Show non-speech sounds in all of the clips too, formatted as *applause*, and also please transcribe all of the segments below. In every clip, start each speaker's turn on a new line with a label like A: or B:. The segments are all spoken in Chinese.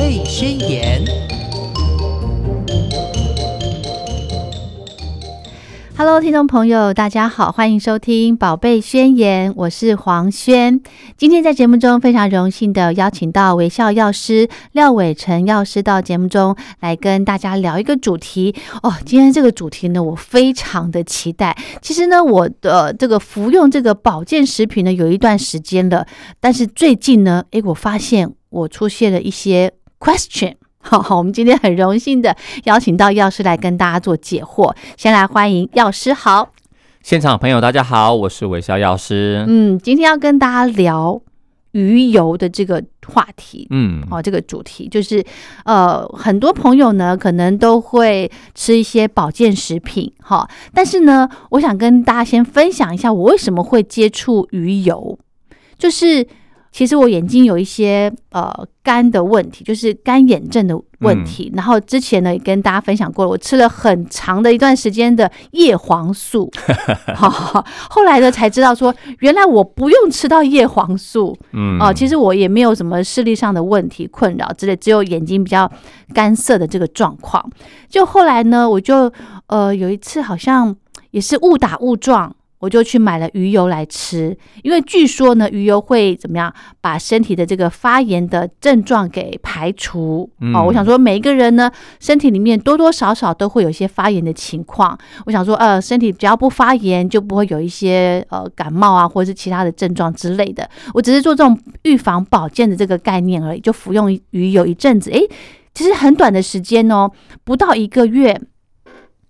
A: 类宣言》。
B: Hello，听众朋友，大家好，欢迎收听《宝贝宣言》，我是黄轩。今天在节目中非常荣幸的邀请到微笑药师廖伟成药师到节目中来跟大家聊一个主题哦。今天这个主题呢，我非常的期待。其实呢，我的、呃这个服用这个保健食品呢，有一段时间了，但是最近呢，诶，我发现我出现了一些 question。好 *laughs* 好，我们今天很荣幸的邀请到药师来跟大家做解惑。先来欢迎药师好，
C: 现场朋友，大家好，我是微笑药师。
B: 嗯，今天要跟大家聊鱼油的这个话题。
C: 嗯，
B: 哦，这个主题就是，呃，很多朋友呢可能都会吃一些保健食品，哈、但是呢，我想跟大家先分享一下我为什么会接触鱼油，就是其实我眼睛有一些呃干的问题，就是干眼症的问题，然后之前呢也跟大家分享过了，我吃了很长的一段时间的叶黄素， *laughs* 哈哈，后来呢才知道说，原来我不用吃到叶黄素，
C: 嗯
B: 哦，其实我也没有什么视力上的问题困扰之类，只有眼睛比较干涩的这个状况。就后来呢，我就呃有一次好像也是误打误撞，我就去买了鱼油来吃，因为据说呢鱼油会怎么样把身体的这个发炎的症状给排除。哦，我
C: 嗯
B: 想说每一个人呢身体里面多多少少都会有一些发炎的情况，我想说呃身体只要不发炎就不会有一些呃感冒啊或者是其他的症状之类的。我只是做这种预防保健的这个概念而已，就服用鱼油一阵子，诶，其实很短的时间哦，不到一个月，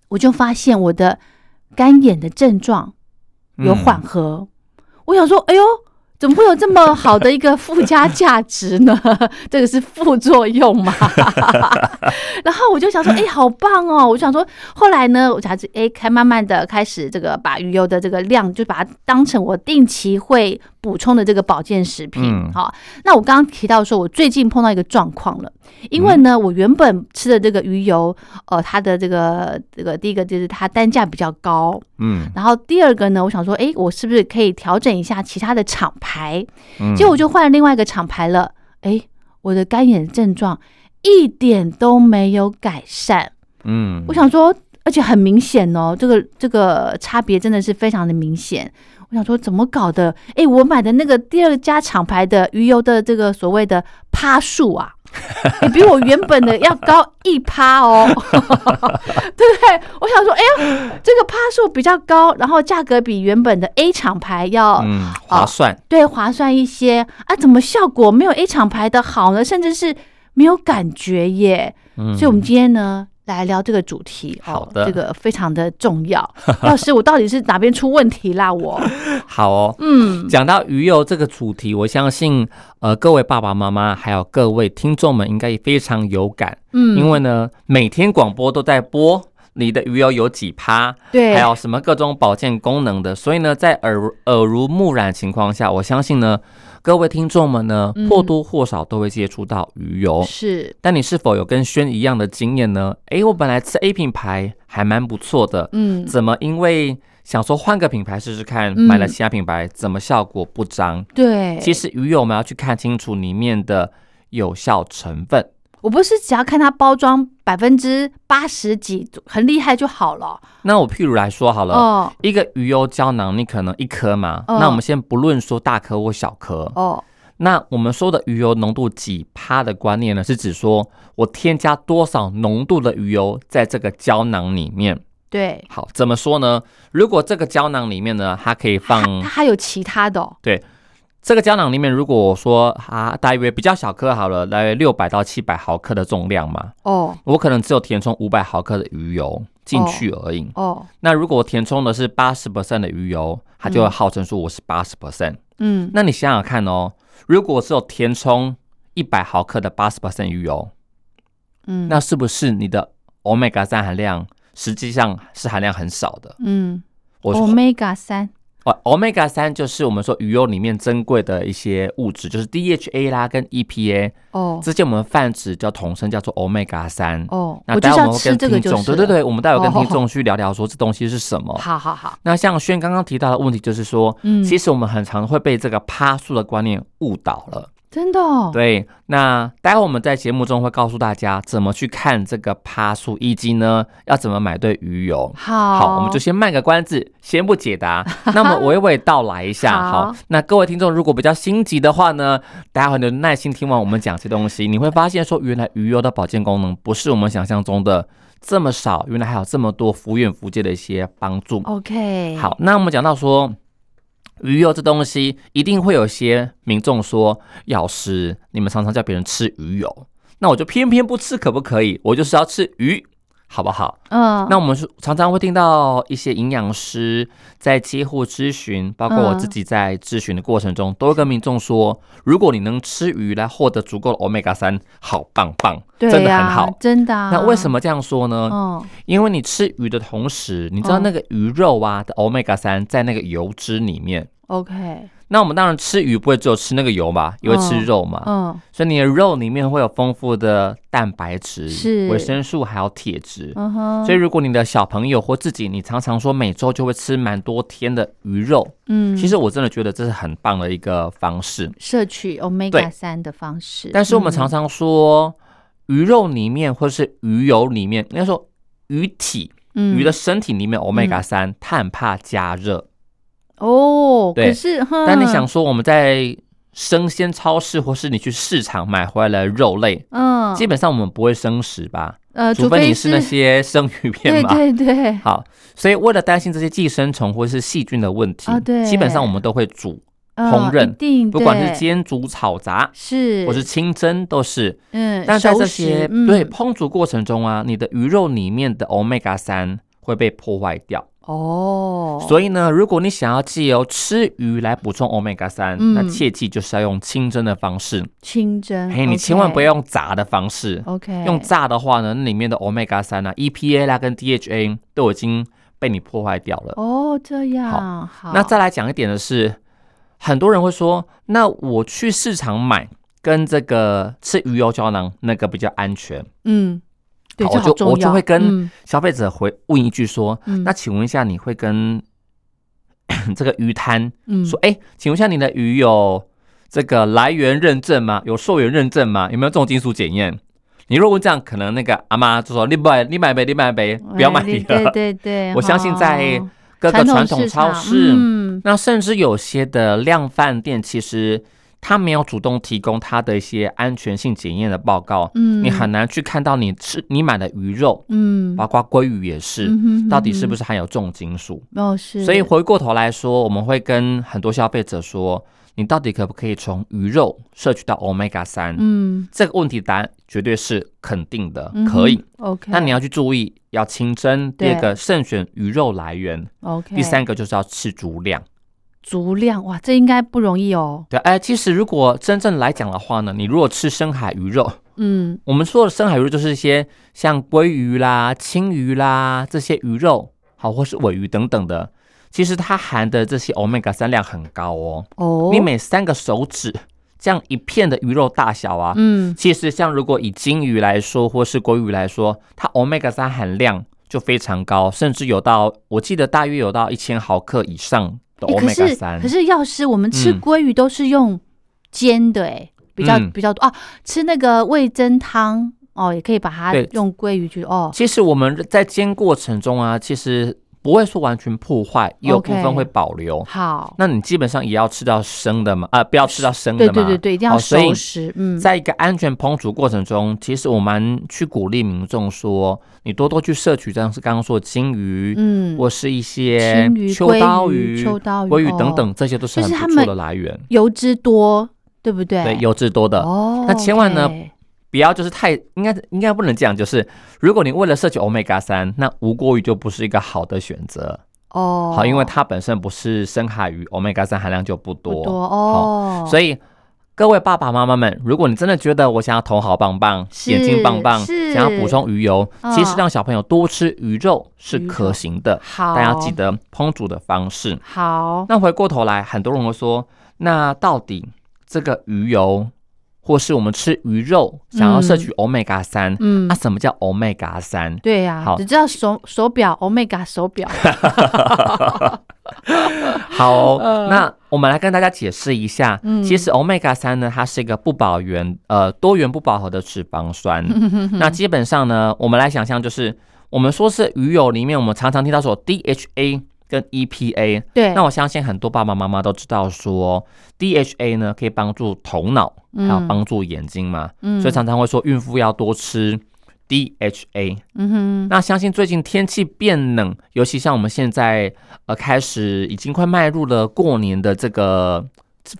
B: 我就发现我的干眼的症状有缓和。我想说，哎呦，怎么会有这么好的一个附加价值呢？这个是副作用嘛？ *laughs* 然后我就想说，哎、好棒哦！我就想说，后来呢，我才知哎，开慢慢的开始这个把鱼油的这个量，就把它当成我定期会补充的这个保健食品。
C: 嗯
B: 好，那我刚刚提到说，我最近碰到一个状况了，因为呢，我原本吃的这个鱼油，呃，它的这个这个第一个就是它单价比较高，
C: 嗯
B: 然后第二个呢，我想说，哎，我是不是可以调整一下其他的厂牌？
C: 嗯
B: 结果我就换了另外一个厂牌了，哎，我的干眼症状一点都没有改善。
C: 嗯
B: 我想说，而且很明显哦，这个这个差别真的是非常的明显。我想说，怎么搞的？哎，我买的那个第二家厂牌的鱼油的这个所谓的趴数
C: *laughs*
B: 啊，也比我原本的要高一趴哦，
C: *laughs*
B: 对不对？我想说，哎呀，这个趴数比较高，然后价格比原本的 A 厂牌要
C: 嗯划算，
B: 对划算一些啊，怎么效果没有 A 厂牌的好呢？甚至是没有感觉耶。
C: 嗯
B: 所以，我们今天呢来聊这个主题，哦
C: 好的
B: 这个非常的重要。 *laughs* 老师，我到底是哪边出问题啦？
C: *laughs*
B: 我，
C: 好哦。
B: 嗯，
C: 讲到鱼油这个主题，我相信呃各位爸爸妈妈还有各位听众们应该也非常有感，
B: 嗯
C: 因为呢每天广播都在播你的鱼油有几趴，
B: 对，
C: 还有什么各种保健功能的，所以呢在耳濡耳濡目染情况下，我相信呢各位听众们呢
B: 嗯
C: 或多或少都会接触到鱼油，
B: 是，
C: 但你是否有跟轩一样的经验呢？诶，我本来吃 A 品牌还蛮不错的，
B: 嗯，
C: 怎么因为想说换个品牌试试看，
B: 嗯
C: 买了其他品牌，怎么效果不彰？
B: 对。
C: 其实鱼友们要去看清楚里面的有效成分。
B: 我不是只要看它包装百分之八十几很厉害就好了。
C: 那我譬如来说好了。
B: 哦
C: 一个鱼油胶囊，你可能一颗嘛，
B: 嗯
C: 那我们先不论说大颗或小颗，
B: 哦，
C: 那我们说的鱼油浓度几趴的观念呢，是指说我添加多少浓度的鱼油在这个胶囊里面。
B: 对，
C: 好，怎么说呢？如果这个胶囊里面呢，它可
B: *laughs*
C: 以放
B: 它还有其他的、哦，
C: 这个胶囊里面，如果我说啊，大约比较小颗好了，大约六百到七百毫克的重量嘛，
B: 哦
C: 我可能只有填充五百毫克的鱼油进去而已。
B: 哦，
C: 那如果我填充的是八十 percent 的鱼油，它就会号称说我是八十 percent。
B: 嗯，
C: 那你想想看哦，如果只有填充一百毫克的八十 percent 鱼油，
B: 嗯
C: 那是不是你的 omega 三含量实际上是含量很少的？
B: 嗯
C: 我说。
B: ，omega 三，
C: 哦，omega 三就是我们说鱼油里面珍贵的一些物质，就是 DHA 啦跟 EPA，
B: 哦
C: 之前我们泛指叫统称叫做 omega 三。
B: 哦，
C: 那
B: 我就
C: 待
B: 是
C: 会
B: 要
C: 我们
B: 吃
C: 会
B: 这
C: 跟
B: 个
C: 听
B: 就是
C: 众，
B: 了，
C: 对对对，我们待会跟
B: 哦
C: 听众去聊聊说这东西是什么。
B: 好好好，
C: 那像轩刚刚提到的问题，就是说，
B: 嗯
C: 其实我们很常会被这个趴数的观念误导了。
B: 真的、哦，
C: 对，那待会我们在节目中会告诉大家怎么去看这个趴数，以及呢要怎么买对鱼油。
B: 好，
C: 好，我们就先卖个关子，先不解答，那么娓娓道来一下。
B: 好
C: 好，那各位听众如果比较心急的话呢，大家很有耐心听完我们讲这东西，你会发现说，原来鱼油的保健功能不是我们想象中的这么少，原来还有这么多福远福建的一些帮助。
B: 哦 OK，，
C: 好，那我们讲到说，鱼油这东西，一定会有些民众说，药师，你们常常叫别人吃鱼油，那我就偏偏不吃，可不可以？我就是要吃鱼，好不好？
B: 嗯，
C: 那我们是常常会听到一些营养师在接护咨询，包括我
B: 嗯
C: 自己在咨询的过程中，都会跟民众说，如果你能吃鱼来获得足够的 omega 三，好棒棒，
B: 对
C: 真的
B: 呀
C: 很好。
B: 真的、啊。
C: 那为什
B: 么？
C: 么这样说呢？
B: 嗯，
C: 因为你吃鱼的同时，你知道
B: 嗯
C: 那个鱼肉啊的 omega 三在那个油脂里面。
B: OK，
C: 那我们当然吃鱼不会只有吃那个油
B: 哦
C: 嘛，也会吃肉嘛，
B: 嗯
C: 所以你的肉里面会有丰富的蛋白质、
B: 是
C: 维生素还有铁质。
B: 嗯哼，
C: 所以如果你的小朋友或自己，你常常说每周就会吃蛮多天的鱼肉，
B: 嗯，
C: 其实我真的觉得这是很棒的一个方式。
B: 摄取 omega
C: 对
B: 三的方式。
C: 但是我们
B: 嗯
C: 常常说，鱼肉里面或是鱼油里面，应该说鱼体
B: 嗯
C: 鱼的身体里面 omega 三碳怕加热，
B: 哦，可
C: 对
B: 是，
C: 但你
B: 哼
C: 想，说我们在生鲜超市或是你去市场买回来的肉类，
B: 嗯，
C: 基本上我们不会生食吧，
B: 呃，
C: 除
B: 除
C: 非
B: 非
C: 你是那些生鱼片
B: 对
C: 嘛。
B: 对对，
C: 好，所以为了担心这些寄生虫或是细菌的问题，
B: 啊对
C: 基本上我们都会煮，
B: 嗯
C: 烹饪
B: 一定
C: 不管是
B: 对
C: 煎、煮、炒、炸。
B: 是
C: 或是清蒸都是，
B: 嗯，
C: 但在
B: 熟
C: 这
B: 食
C: 些、
B: 嗯
C: 对烹煮过程中啊，你的鱼肉里面的 omega 三会被破坏掉。
B: 哦，以
C: 所以呢，如果你想要借由吃鱼来补充 omega 三、
B: 嗯
C: 那切记就是要用清蒸的方式，
B: 清蒸，
C: 嘿，你千万不要用炸的方式。
B: OK，
C: 用炸的话呢，那里面的 omega 三啊、EPA 啦跟 DHA 都已经被你破坏掉了。
B: 哦这样好，
C: 那再来讲一点的是，很多人会说，那我去市场买跟这个吃鱼油胶囊那个比较安全。
B: 嗯，对，
C: 好
B: 这
C: 我就
B: 重
C: 我就
B: 要
C: 会跟
B: 嗯
C: 消费者回问一句说，
B: 嗯
C: 那请问一下，你会跟 *coughs* 这个鱼摊
B: 嗯
C: 说，哎、请问一下你的鱼有这个来源认证吗？有溯源认证吗？有没有重金属检验？你如果问这样，可能那个阿妈就说：“你买，你买呗，你买呗，不要买
B: 哎
C: 你
B: 对
C: 了。
B: 对对，
C: 我相信在
B: 哦
C: 各个传统
B: 市
C: 超
B: 场
C: 市，
B: 嗯
C: 那甚至有些的量贩店，其实它没有主动提供它的一些安全性检验的报告，
B: 嗯，
C: 你很难去看到你吃你买的鱼肉，
B: 嗯，
C: 包括鲑鱼也是，到底是不
B: 是？
C: 是含有重金属？
B: 嗯哦，是，
C: 所以回过头来说，我们会跟很多消费者说，你到底可不可以从鱼肉摄取到 omega 三、
B: 嗯，
C: 这个问题答案绝对是肯定的，
B: 嗯
C: 可以。
B: 哼，OK，
C: 但你要去注意，要清蒸。第
B: 对
C: 二个，慎选鱼肉来源。
B: OK，
C: 第三个就是要吃足量。
B: 足量哇，这应该不容易哦，
C: 对，哎，其实如果真正来讲的话呢，你如果吃深海鱼肉，
B: 嗯，
C: 我们说的深海鱼肉就是一些像鲑鱼啦、青鱼啦这些鱼肉，好，或是尾鱼等等的，其实它含的这些 omega 三量很高哦。
B: 哦，
C: 你每三个手指这样一片的鱼肉大小啊，
B: 嗯
C: 其实像如果以金鱼来说，或是鲑鱼来说，它 omega 三含量就非常高，甚至有到我记得大约有到一千毫克以上的
B: 诶可
C: omega
B: 是
C: 三
B: 可。是药师，我们吃
C: 嗯
B: 鲑鱼都是用煎的，哎，比较
C: 嗯
B: 比较多啊，吃那个味噌汤哦，也可以把它
C: 对
B: 用鲑鱼去哦，
C: 其实我们在煎过程中啊，其实不会说完全破坏，也有部
B: OK
C: 分会保留。
B: 好，
C: 那你基本上也要吃到生的嘛，啊、不要吃到生的
B: 对
C: 嘛。
B: 对对对，一定要
C: 哦所以
B: 熟食，嗯，
C: 在一个安全烹煮过程中，其实我们去鼓励民众说，你多多去摄取，像是刚刚说的金鱼，
B: 嗯，
C: 或是一些
B: 青鱼、
C: 秋刀
B: 鲑
C: 鱼、
B: 秋刀
C: 鲑鱼等，
B: 哦
C: 等，这些都是
B: 就
C: 很
B: 是他
C: 不错
B: 们
C: 的来源。
B: 油脂多，对不对？
C: 对，优质多的，
B: 哦，
C: 那千万呢
B: OK
C: 不要就是太应该应该不能这样，就是如果你为了摄取 omega 三，那无锅鱼就不是一个好的选择。
B: 哦，
C: 好，因为它本身不是深海鱼，omega 三含量就不
B: 不
C: 多。
B: 多哦，
C: 所以各位爸爸妈妈们，如果你真的觉得我想要头好棒棒，
B: 是
C: 眼睛棒棒，
B: 是
C: 想要补充鱼油，
B: 嗯
C: 其实让小朋友多吃鱼肉是可行的，
B: 好，
C: 但要记得烹煮的方式。
B: 好，
C: 那回过头来，很多人会说，那到底这个鱼油，或是我们吃鱼肉想要摄取 omega 三、
B: 嗯
C: 那、，什么叫 omega 三？
B: 对呀、
C: 好 *laughs*
B: 只知道手手表 Omega 手表，*laughs*
C: 好哦、
B: 呃
C: 那我们来跟大家解释一下，
B: 嗯
C: 其实 omega 三呢，它是一个不饱原呃多元不饱和的脂
B: *laughs*
C: 肪酸。那基本上呢，我们来想象就是，我们说是鱼油里面，我们常常听到说 DHA 跟 EPA。
B: 对，
C: 那我相信很多爸爸妈妈都知道说，DHA 呢可以帮助头脑，还有帮助眼睛嘛，
B: 嗯
C: 所以常常会说孕妇要多吃 DHA。
B: 嗯哼，
C: 那相信最近天气变冷，尤其像我们现在呃开始已经快迈入了过年的这个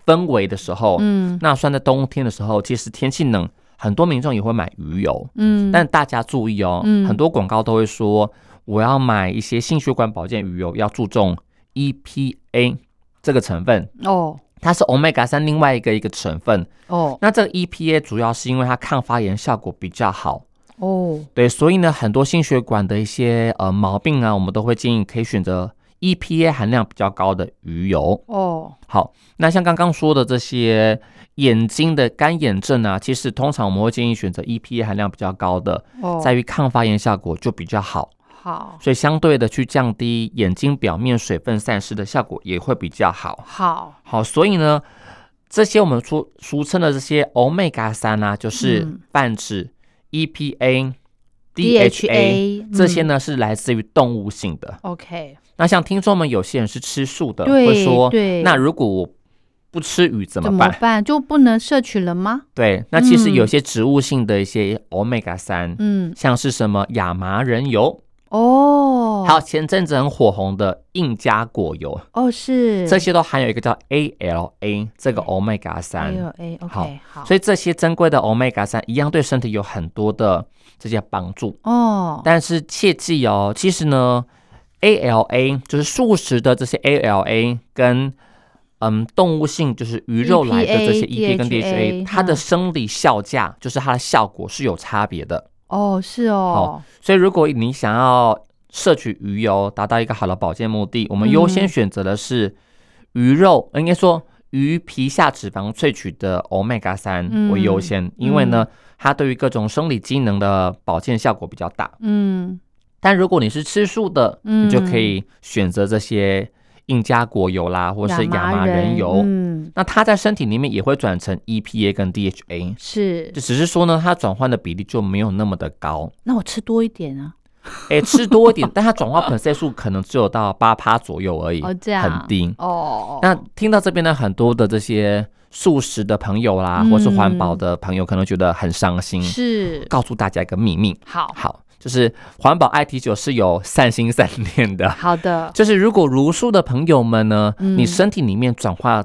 C: 氛围的时候，
B: 嗯
C: 那算在冬天的时候，其实天气冷，很多民众也会买鱼油，
B: 嗯，
C: 但大家注意哦，
B: 嗯
C: 很多广告都会说我要买一些心血管保健鱼油，要注重 EPA 这个成分，
B: 哦
C: 它是 omega 三另外一个一个成分。
B: 哦
C: 那这个 EPA 主要是因为它抗发炎效果比较好。
B: 哦，
C: 对，所以呢，很多心血管的一些呃毛病啊，我们都会建议可以选择 EPA 含量比较高的鱼油。
B: 哦，
C: 好，那像刚刚说的这些眼睛的干眼症啊，其实通常我们会建议选择 EPA 含量比较高的，
B: 哦，
C: 在于抗发炎效果就比较好，
B: 好，
C: 所以相对的去降低眼睛表面水分散失的效果也会比较好。
B: 好，
C: 好，所以呢，这些我们俗俗称的这些 omega 三啊，就是
B: 嗯
C: 泛指 E EPA、
B: DHA
C: 这些呢是来自于动物性的。
B: 嗯，OK，
C: 那像听众们有些人是吃素的，
B: 对
C: 呃会说
B: 对，
C: 那如果我不吃鱼怎
B: 怎
C: 么
B: 么
C: 办？
B: 办？就不能摄取了吗？
C: 对，那其实
B: 嗯
C: 有些植物性的一些 omega 三、
B: 嗯，
C: 像是什么亚麻仁油，
B: 哦，
C: 还有前阵子很火红的印加果油，
B: 哦是，
C: 这些都含有一个叫 ALA 这个 omega
B: 哎
C: 三、
B: 呦哎，OK，好，
C: 所以这些珍贵的 omega 三一样对身体有很多的这些帮助。
B: 哦，
C: 但是切记哦，其实呢，ALA 就是素食的这些 ALA 跟嗯动物性就是鱼肉来的这些
B: EPA
C: EPA 跟
B: DHA
C: DHA，它的
B: 嗯
C: 生理效价就是它的效果是有差别的。
B: 哦是哦，
C: 所以如果你想要摄取鱼油，达到一个好的保健目的，我们优先
B: 嗯
C: 选择的是鱼肉，呃应该说鱼皮下脂肪萃取的 omega 三为优
B: 嗯
C: 先，因为呢，它对于各种生理机能的保健效果比较大。
B: 嗯
C: 但如果你是吃素的，
B: 嗯
C: 你就可以选择这些印加果油啦，或是亚麻仁油。
B: 嗯
C: 那它在身体里面也会转成 EPA 跟 DHA，
B: 是
C: 就，只是说呢，它转换的比例就没有那么的高。
B: 那我吃多一点啊，
C: 哎、吃多一
B: *laughs*
C: 点，但它转化本色数可能只有到八趴左右而已，
B: 哦这样，
C: 很低。
B: 哦，
C: 那听到这边呢，很多的这些素食的朋友啦，或是环保的朋友，可能觉得很伤心。
B: 嗯是
C: 告诉大家一个秘密，
B: 好
C: 好，就是环保爱啤酒是有善心善念的，
B: 好的，
C: 就是如果如素的朋友们呢，
B: 嗯
C: 你身体里面转化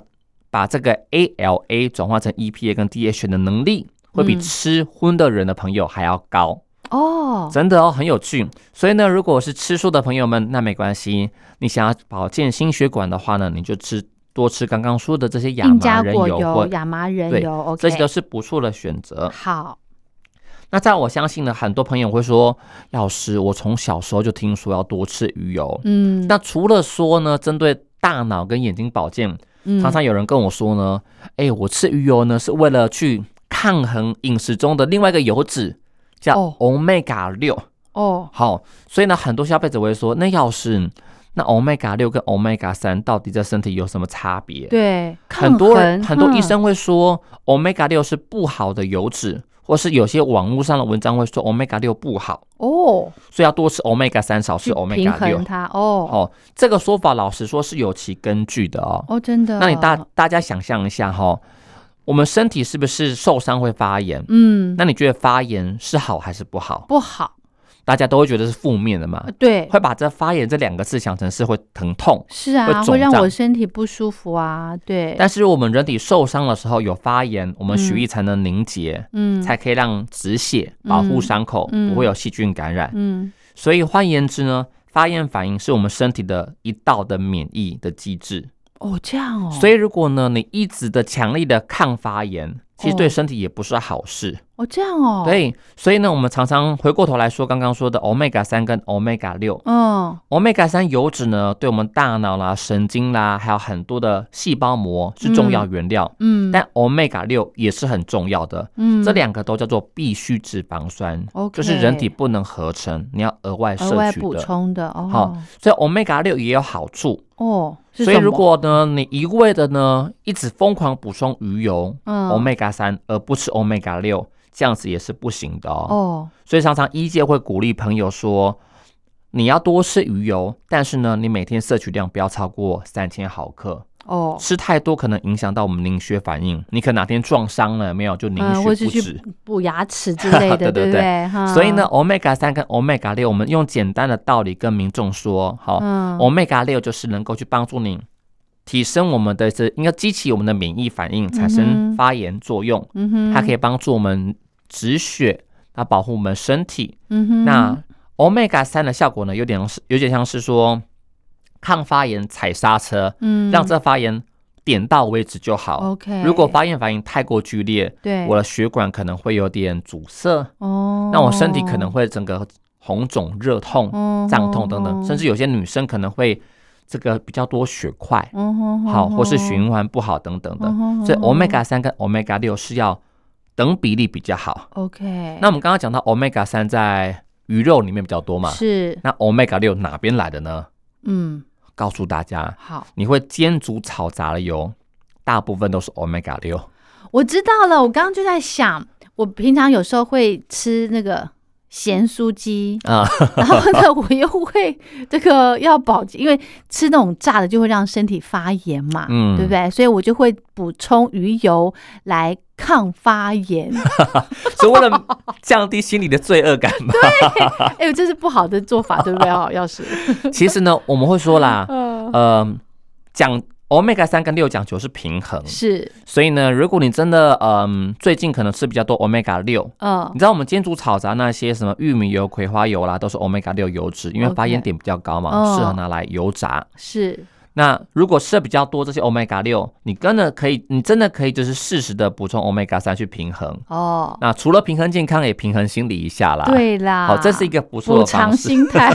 C: 把这个 ALA 转化成 EPA 跟 DHA 的能力，会比
B: 嗯
C: 吃荤的人的朋友还要高。
B: 哦，
C: 真的哦，很有趣。所以呢，如果是吃素的朋友们，那没关系。你想要保健心血管的话呢，你就吃多吃刚刚说的这些亚
B: 印
C: 麻
B: 加
C: 仁
B: 果
C: 油或
B: 油、亚麻仁
C: 对
B: 油，OK，
C: 这些都是不错的选择。
B: 好，
C: 那在我相信呢，很多朋友会说，老师，我从小时候就听说要多吃鱼油。
B: 嗯，
C: 那除了说呢，针对大脑跟眼睛保健，
B: 嗯
C: 常常有人跟我说呢，哎、我吃鱼油呢是为了去抗衡饮食中的另外一个油脂，叫
B: 哦
C: omega 六、
B: 哦，
C: 好，所以呢，很多消费者会说，那要是那 omega 六跟 omega 三到底在身体有什么差别？
B: 对，
C: 很多人
B: 抗衡
C: 很多医，
B: 嗯
C: 生会说 omega 六是不好的油脂，或是有些网络上的文章会说 omega 六不好，
B: 哦，
C: 所以要多吃 omega 三，少吃
B: 去平
C: omega 六
B: 衡。它，哦，
C: 哦，这个说法老实说是有其根据的哦。
B: 哦，真的，
C: 那你大，大家想象一下哈、哦，我们身体是不是受伤会发炎？
B: 嗯，
C: 那你觉得发炎是好还是不好？
B: 不好，
C: 大家都会觉得是负面的嘛
B: 呃？对，
C: 嗯会把这发炎这两个字想成是会疼痛。
B: 是啊，
C: 会肿
B: 会让
C: 胀
B: 我身体不舒服啊，对，
C: 但是我们人体受伤的时候有发炎，我们血液才能凝结，
B: 嗯
C: 才可以让止血，保护伤口、
B: 嗯
C: 不会有细菌感染。
B: 嗯，
C: 所以换言之呢，发炎反应是我们身体的一道的免疫的机制。
B: 哦，这样哦，
C: 所
B: 以
C: 以如果呢你一直的强力的抗发炎，其实对身体也不是好事。
B: 哦，这样哦，，
C: 对，所以呢，我们常常回过头来说，刚刚说的 omega 三跟 omega 六
B: 嗯，
C: ，omega 三油脂呢，对我们大脑啦、神经啦，还有很多的细胞膜是重要原料，
B: 嗯，
C: 但 omega 六也是很重要的。
B: 嗯，哦
C: 这两个都叫做必需脂肪酸
B: OK
C: 就是人体不能合成，你要额外摄
B: 额外
C: 取
B: 补
C: 的。
B: 充的哦，
C: 好，所以 omega 六也有好处。
B: 哦，是
C: 所以
B: 什么
C: 如果呢，你一味的呢，一直疯狂补充鱼油、
B: 嗯
C: omega 三，而不吃 omega 六，这样子也是不行的哦。
B: 哦，
C: 所以常常医界会鼓励朋友说，你要多吃鱼油，但是呢，你每天摄取量不要超过三千毫克，
B: 哦，
C: 吃太多可能影响到我们凝血反应，你可能哪天撞伤了没有，就凝
B: 嗯，
C: 血
B: 或者
C: 不止
B: 去。嗯补牙齿之类的，
C: *laughs* 对对
B: 不
C: 对
B: 对？哈
C: 所以呢，，omega 三跟 omega 六，我们用简单的道理跟民众说，好、
B: 嗯，
C: o m e g a 六就是能够去帮助你提升我们的这，应该激起我们的免疫反应，产
B: 嗯
C: 生
B: 哼
C: 发炎作用，
B: 嗯哼，
C: 它可以帮助我们止血，那保护我们身体，
B: 嗯哼，
C: 那 omega 三的效果呢，有点是有点像是说抗发炎踩刹车，
B: 嗯，
C: 让这发炎点到为止就好。
B: OK，
C: 如果发炎反应太过剧烈，
B: 对
C: 我的血管可能会有点阻塞，
B: 哦，
C: 那我身体可能会整个红肿、热痛、
B: 哦
C: 胀痛等等，甚至有些女生可能会这个比较多血块，
B: 嗯哦
C: 好，或是循环不好等等的。所以 omega 三跟 omega 六是要等比例比较好。
B: OK，
C: 那我们刚刚讲到 omega 三在鱼肉里面比较多嘛，
B: 是
C: 那 omega 六哪边来的呢？
B: 嗯
C: 告诉大家，
B: 好，
C: 你会煎煮炒炸的油，大部分都是 omega
B: *laughs*
C: 六。
B: 我知道了，我刚刚就在想，我平常有时候会吃那个。咸酥鸡
C: 啊，
B: 然后呢， *laughs* 我又会这个要保，因为吃那种炸的就会让身体发炎嘛，
C: 嗯
B: 对不对？所以我就会补充鱼油来抗发炎。
C: 所以为了降低心里的罪恶感嘛，
B: *laughs* 哎呦，这是不好的做法，对不对？
C: *laughs*
B: 哦，要是，
C: 其实呢，我们会说啦，
B: 嗯，
C: 呃，讲 omega 三跟六讲求是平衡，
B: 是，
C: 所以呢，如果你真的嗯、最近可能吃比较多 omega 六。
B: 嗯
C: 你知道我们煎煮炒炸那些什么玉米油、葵花油啦，都是 omega 六油脂，因为
B: OK
C: 发烟点比较高嘛，
B: 哦
C: 适合拿来油炸。
B: 是，
C: 那如果吃的比较多这些 omega 六，你真的可以，你真的可以就是适时的补充 omega 三去平衡。
B: 哦，
C: 那除了平衡健康，也平衡心理一下啦。，
B: 对啦，
C: 啊好，这是一个不错
B: 补
C: 的方
B: 偿
C: 式。
B: 心
C: *laughs*
B: 态，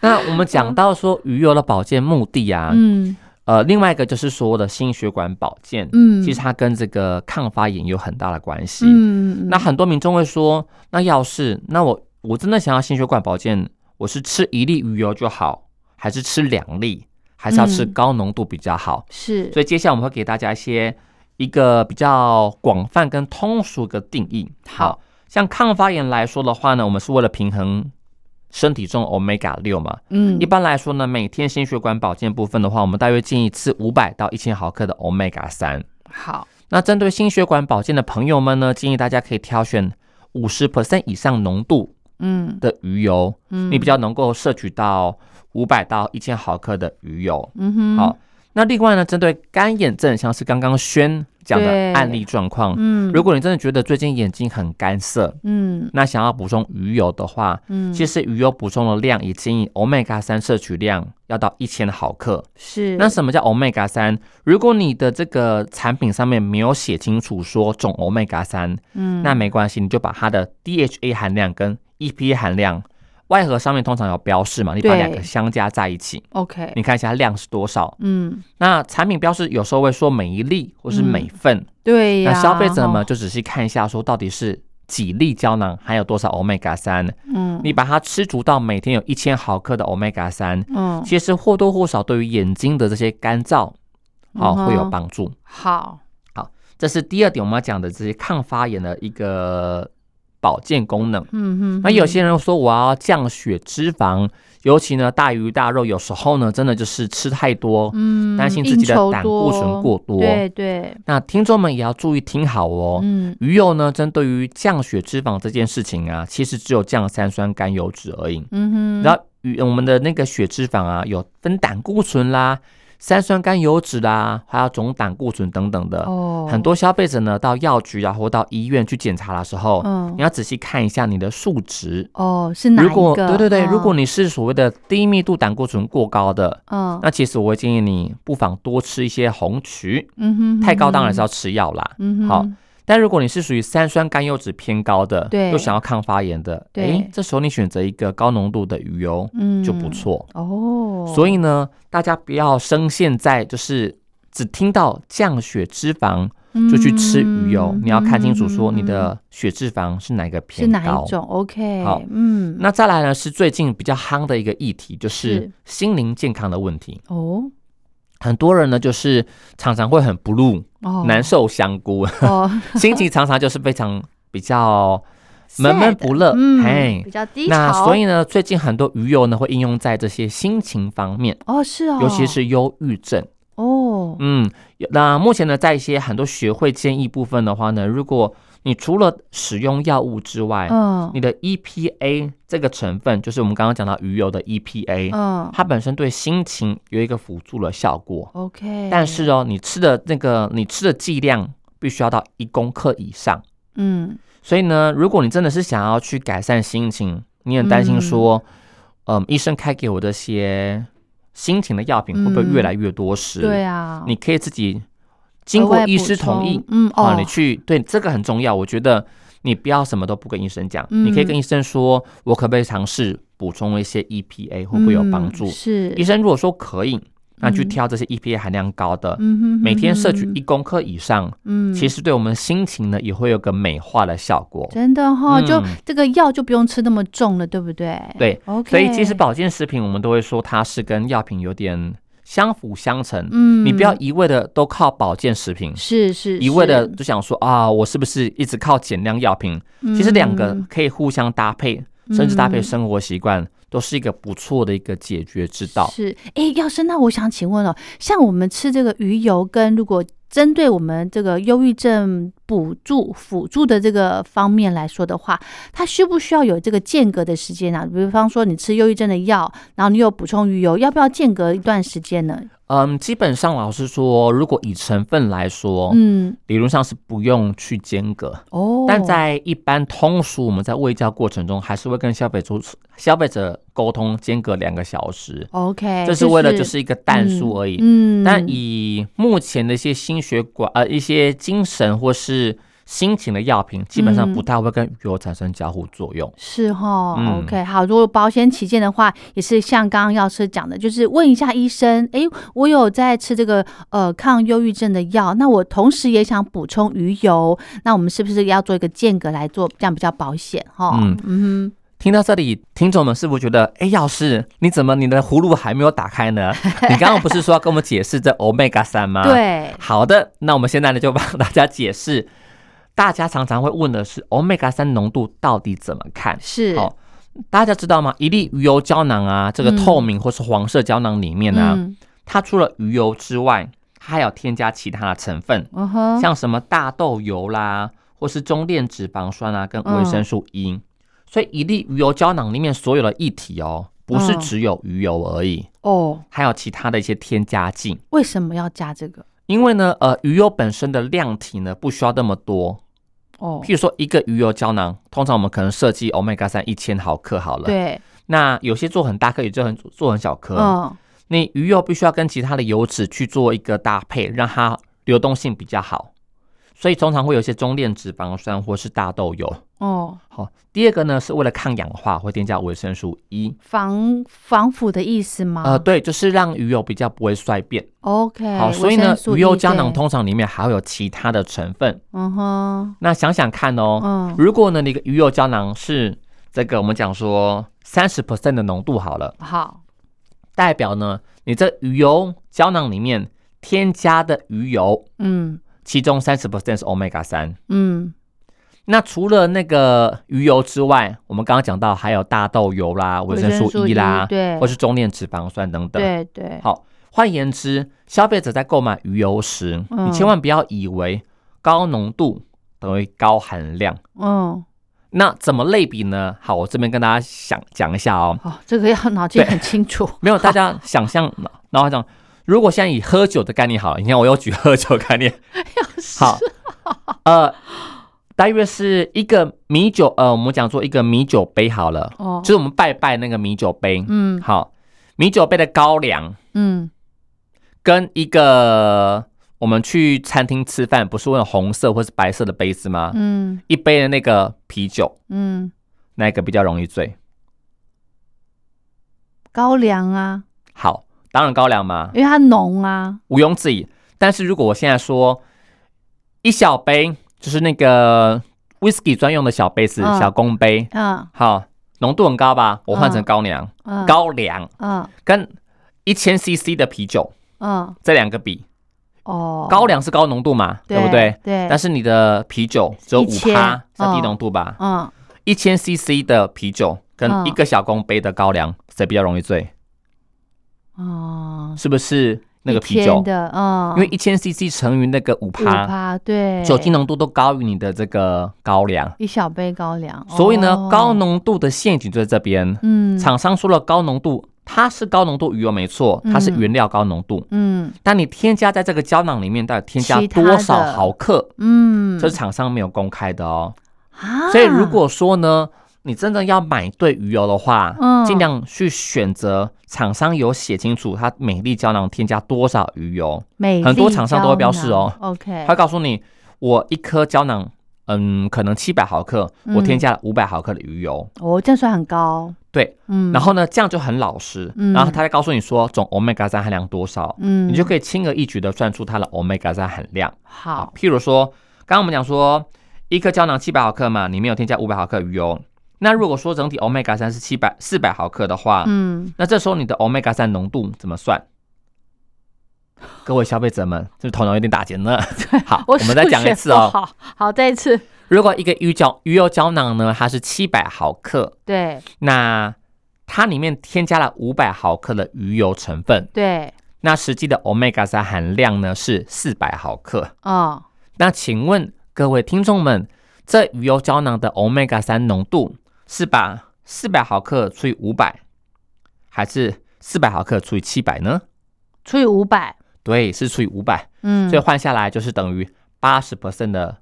C: 那我们讲到说鱼油的保健目的啊， *laughs*
B: 嗯
C: 呃，另外一个就是说的心血管保健，
B: 嗯
C: 其实它跟这个抗发炎有很大的关系。
B: 嗯，
C: 那很多民众会说，那要是那我我真的想要心血管保健，我是吃一粒鱼油就好，还是吃两粒，还是要吃
B: 嗯
C: 高浓度比较好？
B: 是，
C: 所以接下来我们会给大家一些一个比较广泛跟通俗的定义。
B: 好，
C: 像抗发炎来说的话呢，我们是为了平衡身体中 omega 六嘛。
B: 嗯
C: 一般来说呢，每天心血管保健部分的话，我们大约建议吃五百到一千毫克的 omega 三。
B: 好，
C: 那针对心血管保健的朋友们呢，建议大家可以挑选五十 percent 以上浓度
B: 嗯
C: 的鱼油，
B: 嗯，
C: 你比较能够摄取到五百到一千毫克的鱼油。
B: 嗯哼，
C: 好，那另外呢，针对干眼症，像是刚刚轩讲的
B: 对
C: 案例状况，
B: 嗯，
C: 如果你真的觉得最近眼睛很干涩，
B: 嗯
C: 那想要补充鱼油的话，
B: 嗯，
C: 其实鱼油补充的量也建议 omega 三摄取量要到一千毫克。
B: 是
C: 那什么叫 omega 三？如果你的这个产品上面没有写清楚说总 omega 三，
B: 嗯
C: 那没关系，你就把它的 DHA 含量跟 EPA 含量，外盒上面通常有标示嘛，你把
B: 对
C: 两个相加在一起，
B: OK，
C: 你看一下它量是多少。
B: 嗯，
C: 那产品标示有时候会说每一粒或是
B: 嗯
C: 每份，
B: 对
C: 那
B: 呀，
C: 消费者们
B: 哦，
C: 就仔细看一下说到底是几粒胶囊含有多少 omega 三，
B: 嗯
C: 你把它吃足到每天有一千毫克的 omega 三，
B: 嗯
C: 其实或多或少对于眼睛的这些干燥，好、
B: 嗯哼
C: 会有帮助。
B: 好，
C: 这是第二点我们要讲的这些抗发炎的一个保健功能。
B: 嗯哼，
C: 那有
B: 嗯
C: 些人说我要降血脂肪，尤其呢大鱼大肉，有时候呢真的就是吃太多，
B: 嗯
C: 担心自
B: 应
C: 己的
B: 酬
C: 胆固醇过多。
B: 对对，
C: 那听众们也要注意听好哦。
B: 嗯
C: 鱼油呢，针对于降血脂肪这件事情啊，其实只有降三酸甘油脂而已。
B: 嗯哼，
C: 呃然后与我们的那个血脂肪啊，有分胆固醇啦、三酸甘油脂啦，还有总胆固醇等等的。
B: 哦，
C: 很多消费者呢，到药局啊或到医院去检查的时候，
B: 嗯
C: 你要仔细看一下你的数值。
B: 哦是哪一
C: 如
B: 个？
C: 果对对对，
B: 嗯
C: 如果你是所谓的低密度胆固醇过高的，
B: 嗯
C: 那其实我会建议你不妨多吃一些红曲，
B: 嗯哼，
C: 太高当然是
B: 要
C: 要吃药啦。
B: 嗯哼
C: 好但如果你是属于三酸甘油脂偏高的，
B: 对
C: 又想要抗发炎的，
B: 对
C: 诶这时候你选择一个高浓度的鱼油
B: 嗯
C: 就不错。
B: 哦，
C: 所以呢，大家不要深陷在就是只听到降血脂肪就去吃鱼油，
B: 嗯
C: 你要看清楚说
B: 嗯
C: 你
B: 嗯嗯
C: 的血脂肪是哪个
B: 嗯是
C: 偏
B: 哪
C: 高
B: 一。种？OK，
C: 好
B: 嗯，
C: 那再来呢，是最近比较夯的一个议题，就是
B: 是
C: 心灵健康的问题。
B: 哦
C: 很多人呢，就是常常会很 blue，、
B: 哦，
C: 难受香菇， *laughs*
B: 哦，
C: 心情常常就是非常比较闷闷
B: sad
C: 不乐，
B: 嗯，
C: 嘿
B: 比较低潮。
C: 那所以呢，最近很多鱼油呢会应用在这些心情方面，
B: 哦，是哦，
C: 尤其是忧郁症。
B: 哦，
C: 嗯，那目前呢，在一些很多学会建议部分的话呢，如果你除了使用药物之外，
B: 嗯
C: 你的 EPA 这个成分，就是我们刚刚讲到鱼油的 EPA，、
B: 嗯
C: 它本身对心情有一个辅助的效果。
B: ，OK，
C: 但是哦，你吃的那个你吃的剂量必须要到一公克以上。
B: 嗯
C: 所以呢，如果你真的是想要去改善心情，你很担心说，嗯、医生开给我这些心情的药品会不会越来越多时？
B: 嗯对啊，
C: 你可以自己经
B: 额
C: 过
B: 外
C: 医
B: 补
C: 师同
B: 充
C: 意，
B: 嗯
C: 啊，
B: 哦
C: 你，去对这个很重要。我觉得你不要什么都不跟医生讲，你可以
B: 嗯
C: 跟医生说，我可不可以尝试补充一些 EPA，会不会有帮
B: 嗯
C: 助？
B: 是
C: 医，生如果说可以，那去
B: 嗯
C: 挑这些 EPA 含量高的，
B: 嗯哼，
C: 每天摄取
B: 嗯
C: 一公克以上，
B: 嗯，
C: 其实对我们心情呢也会有个美化的效果。
B: 真的哈，就
C: 嗯
B: 这个药就不用吃那么重了，对不对？
C: 对
B: ，OK，
C: 所以其实保健食品我们都会说它是跟药品有点相辅相成，
B: 嗯，
C: 你不要一味的都靠保健食品。
B: 是是
C: 一味的
B: 是
C: 就想说啊，我是不是一直靠减量药品？其实两个可以互相搭配，甚至搭配
B: 嗯
C: 生活习惯，都是一个不错的一个解决之道。
B: 是，哎，药生，那我想请问哦，像我们吃这个鱼油，跟如果针对我们这个忧郁症补助辅助的这个方面来说的话，它需不需要有这个间隔的时间啊？比方说你吃忧郁症的药，然后你有补充鱼油，要不要间隔一段时间呢？
C: 嗯，基本上老实说，如果以成分来说，
B: 嗯，
C: 理论上是不用去间隔，
B: 哦，
C: 但在一般通俗我们在喂教过程中，还是会跟消费者消费者沟通间隔两个小时，
B: 哦 OK，
C: 这是为了就是一个淡数而已。
B: 哎嗯，
C: 但以目前的一些心血管呃一些精神或是心情的药品，基
B: 嗯
C: 本上不太会跟鱼油产生交互作用。
B: 是哈、
C: 嗯
B: o k 好。如果保险起见的话，也是像刚刚药师讲的，就是问一下医生，诶，我有在吃这个呃抗忧郁症的药，那我同时也想补充鱼油，那我们是不是要做一个间隔来做，这样比较保险哈？
C: 嗯
B: 嗯
C: 听到这里，听众们是不是觉得，哎，药师你怎么你的葫芦还没有打开呢？
B: *laughs*
C: 你刚刚不是说要跟我们解释这 omega 三吗？
B: 哼，。对，
C: 好的，那我们现在呢就帮大家解释，大家常常会问的是 omega 三浓度到底怎么看？
B: 是，
C: 好大家知道吗？一粒鱼油胶囊啊，这个
B: 嗯
C: 透明或是黄色胶囊里面呢、啊，
B: 嗯，
C: 它除了鱼油之外，它还有添加其他的成分，
B: 嗯哼，
C: 像什么大豆油啦，或是中链脂肪酸啊，跟
B: 嗯
C: 维生素 E。所以一粒鱼油胶囊里面所有的液体哦，不是
B: 嗯
C: 只有鱼油而已，
B: 哦，
C: 还有其他的一些添加剂。
B: 为什么要加这个？
C: 因为呢，呃，鱼油本身的量体呢不需要那么多。
B: 哦，
C: 譬如说，一个鱼油胶囊，通常我们可能设计 omega 三一千毫克好了。。
B: 对，
C: 那有些做很大颗，有些很做很小颗。
B: 嗯，
C: 你鱼油必须要跟其他的油脂去做一个搭配，让它流动性比较好。所以通常会有一些中链脂肪酸或是大豆油。
B: 哦，
C: 好，第二个呢是为了抗氧化，会添加维生素 E。
B: 防防腐的意思吗？
C: 呃，对，就是让鱼油比较不会衰变。
B: o k
C: 好，所以呢，
B: E，
C: 鱼油胶囊
B: 通，
C: 通常里面还会有其他的成分。
B: 嗯哼，
C: 那想想看哦，
B: 嗯，
C: 如果呢，你的鱼油胶囊是这个我们讲说三十 percent 的浓度好了，
B: 好。
C: 代表呢，你这鱼油胶囊里面添加的鱼油，
B: 嗯
C: 其中三十 percent 是 omega 三。
B: 嗯，
C: 那除了那个鱼油之外，我们刚刚讲到还有大豆油啦、维生素 E 啦，
B: 对，
C: 或是中链脂肪酸等等。
B: 对对，
C: 好，换言之，消费者在购买鱼油时，
B: 嗯
C: 你千万不要以为高浓度等于高含量。
B: 嗯，
C: 那怎么类比呢？好，我这边跟大家想讲一下哦。
B: 好，这个要脑筋 *laughs*
C: 对
B: 很清楚，
C: 没有，大家想象脑脑海中，如果现在以喝酒的概念好了，你看我又举喝酒
B: *laughs*
C: 概念，
B: 哎
C: 好，
B: 啊
C: 呃，大约是一个米酒，呃，我们讲做一个米酒杯好了，
B: 哦
C: 就是我们拜拜那个米酒杯，
B: 嗯
C: 好，米酒杯的高粱
B: 嗯
C: 跟一个我们去餐厅吃饭，不是会有红色或是白色的杯子吗？
B: 嗯
C: 一杯的那个啤酒，
B: 嗯，
C: 那个比较容易醉。
B: 高粱啊，
C: 好，当然高粱嘛，
B: 因为它浓啊，
C: 毋庸置疑。但是如果我现在说一小杯，就是那个 whisky 专用的小杯子、
B: 嗯
C: 小公杯，
B: 嗯
C: 好，浓度很高吧？我换成
B: 嗯
C: 高粱，
B: 嗯，
C: 高粱
B: 嗯
C: 跟一千 CC 的啤酒
B: 嗯
C: 这两个比，
B: 哦，
C: 高粱是高浓度嘛，对不对？？
B: 对，
C: 但是你的啤酒只有五
B: 1000
C: 趴，是
B: 嗯
C: 低浓度吧？
B: 嗯，
C: 一千 CC 的啤酒跟
B: 嗯
C: 一个小公杯的高粱，谁比较容易醉？
B: 哦，
C: 是不是那个
B: 一
C: 啤
B: 天
C: 酒？
B: 的，嗯，
C: 因为一千 CC 乘以那个五
B: 五
C: 趴，
B: 趴，对，
C: 酒精浓度都高于你的这个高粱，
B: 一小杯高粱，
C: 所以呢
B: 哦，
C: 高，浓度的陷阱就在这边。
B: 嗯
C: 厂商说了高浓度，它是高浓度鱼油没错，它是原料高浓度，
B: 嗯
C: 但你添加在这个胶囊里面，到底添加
B: 其他的
C: 多少毫克，
B: 嗯，
C: 这是厂商没有公开的哦。
B: 啊，
C: 所以如果说呢，你真的要买对鱼油的话，
B: 嗯
C: 尽量去选择厂商有写清楚它每粒胶囊添加多少鱼油，
B: 美
C: 很多
B: 丽
C: 厂商都会
B: 胶
C: 标示哦
B: 囊，OK，
C: 他会告诉你，我一颗胶囊，嗯，可能七百毫克，
B: 嗯
C: 我添加了五百毫克的鱼油，
B: 哦，这样算很高，
C: 对，
B: 嗯，
C: 然后呢，这样就很老实，
B: 嗯
C: 然后他再告诉你说总 omega 三含量多少，
B: 嗯，
C: 你就可以轻而易举的算出它的 omega 三含量。啊
B: 好，
C: 譬如说，刚刚我们讲说一颗胶囊七百毫克嘛，里面有添加五百毫克鱼油，那如果说整体 omega 三是七百四百毫克的话，
B: 嗯，
C: 那这时候你的 omega 三浓度怎么算？各位消费者们，这头脑有点打结
B: *laughs*
C: 呢。好，我们再
B: 数
C: 讲一
B: 学
C: 次
B: 不
C: 哦。
B: 好好，再一次，
C: 如果一个鱼胶鱼油胶囊呢，它是七百毫克，
B: 对
C: 那它里面添加了五百毫克的鱼油成分，
B: 对，
C: 那实际的 omega 三含量呢是四百毫克。
B: 哦，
C: 那请问各位听众们，这鱼油胶囊的 omega 三浓度是把四百毫克除以五百，还是四百毫克除以七百呢？
B: 除以五百，
C: 对，是除以五百，
B: 嗯
C: 所以，换下来就是等于八十 percent 的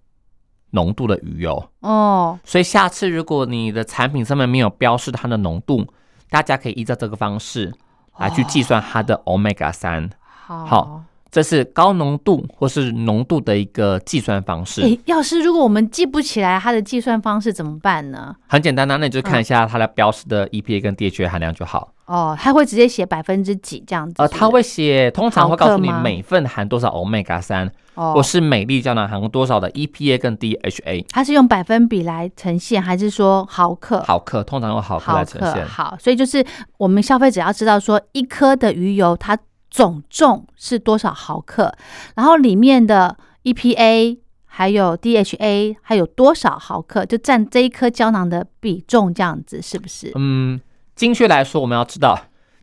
C: 浓度的鱼油。
B: 哦，
C: 所以下次如果你的产品上面没有标示它的浓度，大家可以依照这个方式来去计算它的 omega 三、
B: 好
C: 好这是高浓度或是浓度的一个计算方式，
B: 诶，要是如果我们记不起来它的计算方式怎么办呢？
C: 很简单啊，那你就看一下它的标示
B: 嗯
C: 的 EPA 跟 DHA 含量就好。
B: 哦，它会直接写百分之几这样子
C: 呃，
B: 是不
C: 它
B: 是
C: 会写，通常会告诉你
B: 毫克吗
C: 每份含多少 omega 三，
B: 哦，
C: 或是每粒胶囊含多少的 EPA 跟 DHA
B: 它是用百分比来呈现，还是说毫克？
C: 毫克，通常用毫克来呈现。
B: 好，所以就是我们消费者要知道说，一颗的鱼油它总重是多少毫克，然后里面的 EPA 还有 DHA 还有多少毫克，就占这一颗胶囊的比重，这样子是不是？
C: 嗯，精确来说，我们要知道